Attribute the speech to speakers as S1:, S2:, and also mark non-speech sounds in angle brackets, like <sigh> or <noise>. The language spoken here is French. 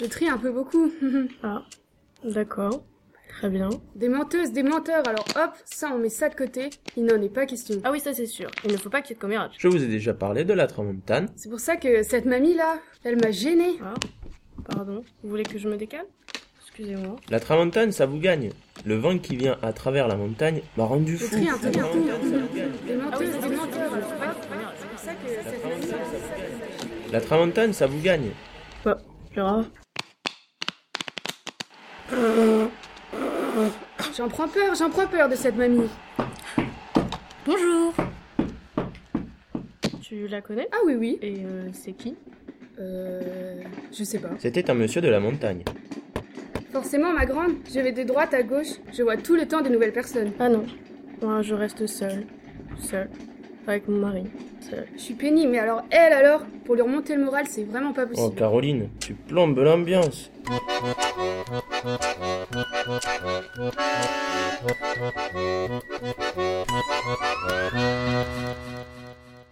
S1: Je trie un peu beaucoup. <laughs>
S2: Ah, d'accord. Très bien.
S1: Des menteuses, des menteurs, alors hop, ça on met ça de côté, il n'en est pas question.
S2: Ah oui, ça c'est sûr. Il ne faut pas qu'il y ait de commérage.
S3: Je vous ai déjà parlé de la tramontane.
S1: C'est pour ça que cette mamie là, elle m'a gênée.
S2: Ah, pardon. Vous voulez que je me décale Excusez-moi.
S3: La tramontane, ça vous gagne. Le vent qui vient à travers la montagne m'a rendu
S1: Je
S3: fou.
S1: trie un peu
S3: La
S1: partout.
S3: tramontane, ça vous gagne.
S1: Des
S2: Ah
S1: menteuses, des menteurs, alors hop,
S2: Pas
S1: c'est pour ça que cette mamie là,
S3: La tramontane, ça vous gagne.
S2: grave.
S1: j'en prends peur, j'en prends peur de cette mamie.
S4: Bonjour
S2: Tu la connais
S1: Ah oui, oui.
S2: Et euh, c'est qui
S1: Euh. Je sais pas.
S3: C'était un monsieur de la montagne.
S1: Forcément, ma grande, je vais de droite à gauche, je vois tout le temps de nouvelles personnes.
S2: Ah non. Moi, je reste seule. Seule. Avec mon mari. Seule.
S1: Je suis pénible, mais alors elle, alors, pour lui remonter le moral, c'est vraiment pas
S3: Oh
S1: possible.
S3: Caroline, tu plombes l'ambiance.